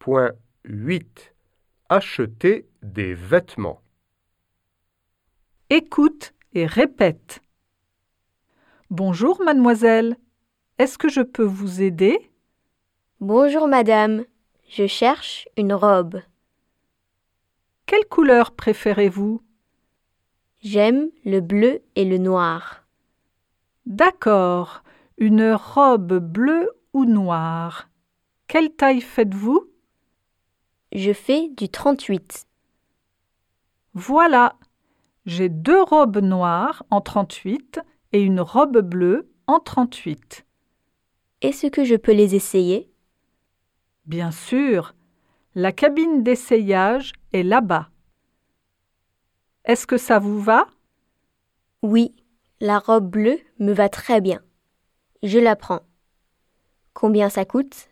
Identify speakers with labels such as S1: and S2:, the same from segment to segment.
S1: 9.8 Acheter des vêtements.
S2: Écoute et répète. Bonjour mademoiselle. Est-ce que je peux vous aider
S3: Bonjour madame, je cherche une robe.
S2: Quelle couleur préférez-vous
S3: J'aime le bleu et le noir.
S2: D'accord. Une robe bleue ou noire. Quelle taille faites-vous
S3: Je fais du 38.
S2: Voilà. J'ai deux robes noires en 38 et une robe bleue en 38.
S3: Est-ce que je peux les essayer
S2: Bien sûr, la cabine d'essayage est là-bas. Est-ce que ça vous va
S3: Oui, la robe bleue me va très bien. Je la prends. Combien ça coûte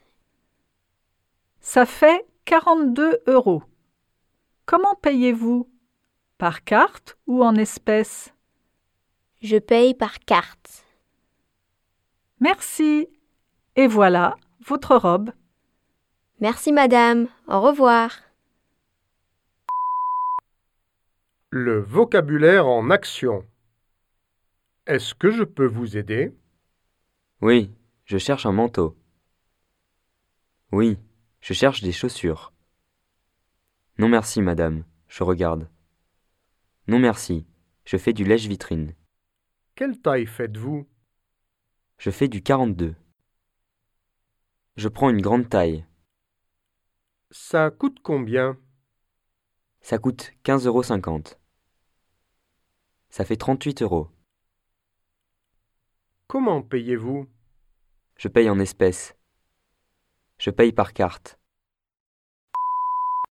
S2: Ça fait 42 euros. Comment payez-vous Par carte ou en espèces
S3: Je paye par carte.
S2: Merci. Et voilà votre robe.
S3: Merci madame, au revoir.
S1: Le vocabulaire en action. Est-ce que je peux vous aider
S4: Oui, je cherche un manteau. Oui, je cherche des chaussures. Non merci, madame, je regarde. Non merci, je fais du lèche-vitrine.
S1: Quelle taille faites-vous
S4: Je fais du 42. Je prends une grande taille.
S1: Ça coûte combien
S4: Ça coûte 15,50 euros. Ça fait 38 euros.
S1: Comment payez-vous
S4: Je paye en espèces. Je paye par carte.